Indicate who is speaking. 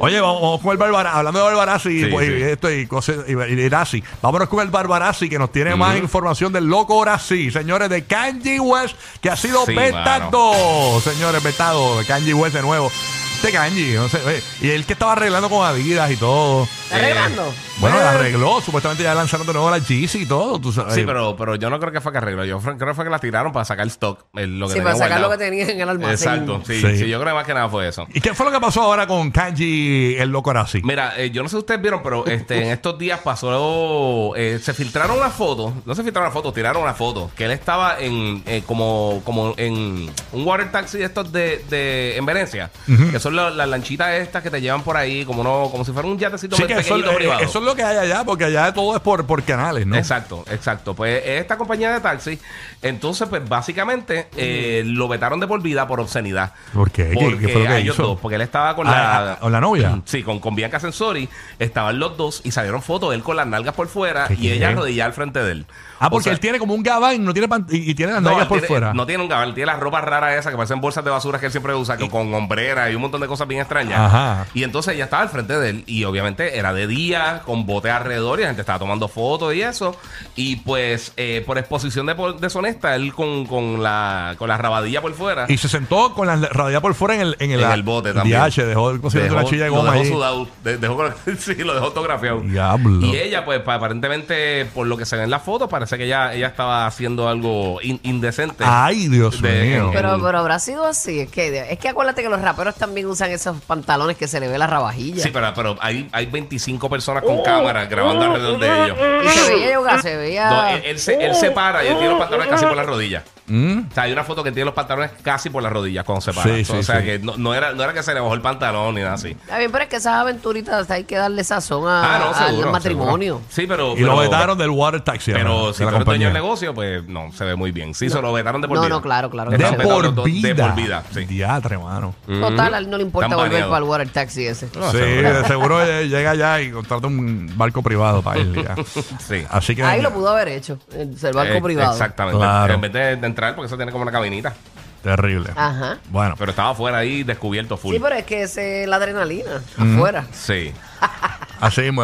Speaker 1: Oye, vamos, vamos con el Barbarazzi. Hablando de Barbarazzi y,
Speaker 2: Sí,
Speaker 1: pues,
Speaker 2: sí.
Speaker 1: y esto y, cosas- y, y Razzi. Vámonos con el Barbarazzi que nos tiene más información del loco Razzi, señores, de Kanji West, que ha sido
Speaker 2: Sí,
Speaker 1: vetado. Señores, vetado. de Kanji West de nuevo. Este Kanji, no sé, oye, y él que estaba arreglando con Adidas y todo. Eh,
Speaker 2: arreglando?
Speaker 1: Bueno, arregló, supuestamente ya lanzaron de nuevo la Yeezy y todo. tú sabes.
Speaker 2: Sí, pero, pero yo no creo que fue que arregló. Yo fue- creo que fue que la tiraron para sacar el stock. el- lo que
Speaker 3: Sí,
Speaker 2: tenía
Speaker 3: para sacar
Speaker 2: guardado.
Speaker 3: lo que tenía en el almacén.
Speaker 2: Exacto. Sí,
Speaker 1: Sí.
Speaker 2: sí. yo creo que más que nada fue eso.
Speaker 1: ¿Y qué fue lo que pasó ahora con Kanji, el loco Razzi?
Speaker 2: Mira, eh, yo no sé si ustedes vieron, pero este, en estos días pasó. eh, se filtraron las fotos. No se filtraron las fotos, tiraron las fotos. Que él estaba en eh, como, como en un water taxi de estos de, de en Venecia. Que son la- las lanchitas estas que te llevan por ahí, como no, como si fuera un yatecito
Speaker 1: Sí,
Speaker 2: pe-
Speaker 1: que eso,
Speaker 2: pequeñito
Speaker 1: eh,
Speaker 2: privado.
Speaker 1: eso es lo que hay allá, porque allá todo es por, por canales, ¿no?
Speaker 2: Exacto, exacto. Pues esta compañía de taxi, entonces, pues básicamente eh, lo vetaron de por vida por obscenidad.
Speaker 1: Mm. ¿Por qué? ¿Qué-
Speaker 2: Porque
Speaker 1: qué fue lo que
Speaker 2: a ellos
Speaker 1: hizo?
Speaker 2: dos, porque él estaba con
Speaker 1: Ah,
Speaker 2: la
Speaker 1: ah, ¿con la novia?
Speaker 2: Sí, con, con Bianca Sensori, estaban los dos y salieron fotos de él con las nalgas por fuera
Speaker 1: ¿Qué
Speaker 2: y ella
Speaker 1: quiere?
Speaker 2: arrodillada al frente de él.
Speaker 1: Ah,
Speaker 2: O
Speaker 1: porque
Speaker 2: sea,
Speaker 1: él tiene como un gabán no tiene pant- y, y tiene las nalgas
Speaker 2: él
Speaker 1: por
Speaker 2: tiene-
Speaker 1: fuera.
Speaker 2: No tiene un gabán, él tiene la ropa rara esa que parecen bolsas de basura que él siempre usa, que con hombreras y un montón de cosas bien extrañas.
Speaker 1: Ajá.
Speaker 2: Y entonces ella estaba al frente de él y obviamente era de día, con bote alrededor y la gente estaba tomando fotos y eso. Y pues eh, por exposición de por- deshonesta, él con, con, la, con la rabadilla por fuera.
Speaker 1: Y se sentó con la radial por fuera en el, en el,
Speaker 2: en el bote también.
Speaker 1: DH, dejó posiblemente una chilla de
Speaker 2: lo
Speaker 1: goma
Speaker 2: dejó
Speaker 1: ahí.
Speaker 2: sudado, de- dejó con- sí, lo dejó autografiado.
Speaker 1: Diablo.
Speaker 2: Y ella, pues, pa- aparentemente, por lo que se ve en la foto, parece que ella, ella estaba haciendo algo in- indecente.
Speaker 1: Ay, Dios
Speaker 2: De-
Speaker 1: mío.
Speaker 2: en-
Speaker 3: Pero, pero habrá sido así. Es que, es que acuérdate que los raperos también usan esos pantalones que se le ve la rabajilla.
Speaker 2: Sí, pero, pero hay, hay 25 personas con
Speaker 3: Uh,
Speaker 2: cámaras grabando alrededor de ellos.
Speaker 3: Y se veía, yo creo que se veía.
Speaker 2: No, él, él se, él se
Speaker 3: Uh,
Speaker 2: para y él tiene los pantalones casi por la rodilla. O sea, hay una foto que tiene los pantalones casi por la rodilla cuando se para.
Speaker 1: Mm. Sí, sí,
Speaker 2: o sea,
Speaker 1: sí.
Speaker 2: que no, no era, no era que se le bajó el pantalón ni nada así.
Speaker 3: Está bien, pero es que esas aventuritas hay que darle sazón a-
Speaker 2: Ah, no,
Speaker 3: al
Speaker 2: seguro.
Speaker 3: matrimonio.
Speaker 2: seguro. Sí, pero.
Speaker 1: Y
Speaker 2: pero-
Speaker 1: lo vetaron del water taxi. hermano,
Speaker 2: Pero
Speaker 1: de
Speaker 2: si tú
Speaker 1: la
Speaker 2: eres dueño
Speaker 1: compañía.
Speaker 2: del negocio, pues no, se ve muy bien. Sí, se lo vetaron de por
Speaker 3: No,
Speaker 2: vida.
Speaker 3: no, claro, claro.
Speaker 2: Están
Speaker 1: De
Speaker 3: negocio.
Speaker 2: vetados los
Speaker 1: por
Speaker 2: dos
Speaker 1: vida.
Speaker 2: De por vida, sí.
Speaker 1: Diatre, hermano.
Speaker 3: Total, a él no le importa
Speaker 2: Mm-hmm. Están
Speaker 3: volver
Speaker 2: baneados.
Speaker 3: para el water taxi ese.
Speaker 1: sí, de seguro eh, llega allá y contrata un barco privado para él. ya.
Speaker 2: Sí.
Speaker 1: Así que.
Speaker 3: Ahí lo pudo haber hecho, el el barco
Speaker 2: Eh,
Speaker 3: privado.
Speaker 2: Exactamente.
Speaker 1: Claro.
Speaker 2: En vez de, de entrar, porque eso tiene como una cabinita.
Speaker 1: Terrible.
Speaker 3: Ajá.
Speaker 1: Bueno,
Speaker 2: Pero estaba afuera ahí descubierto full. Mm-hmm.
Speaker 3: Sí, pero es que ese es la adrenalina afuera.
Speaker 2: Sí.
Speaker 1: así mismo.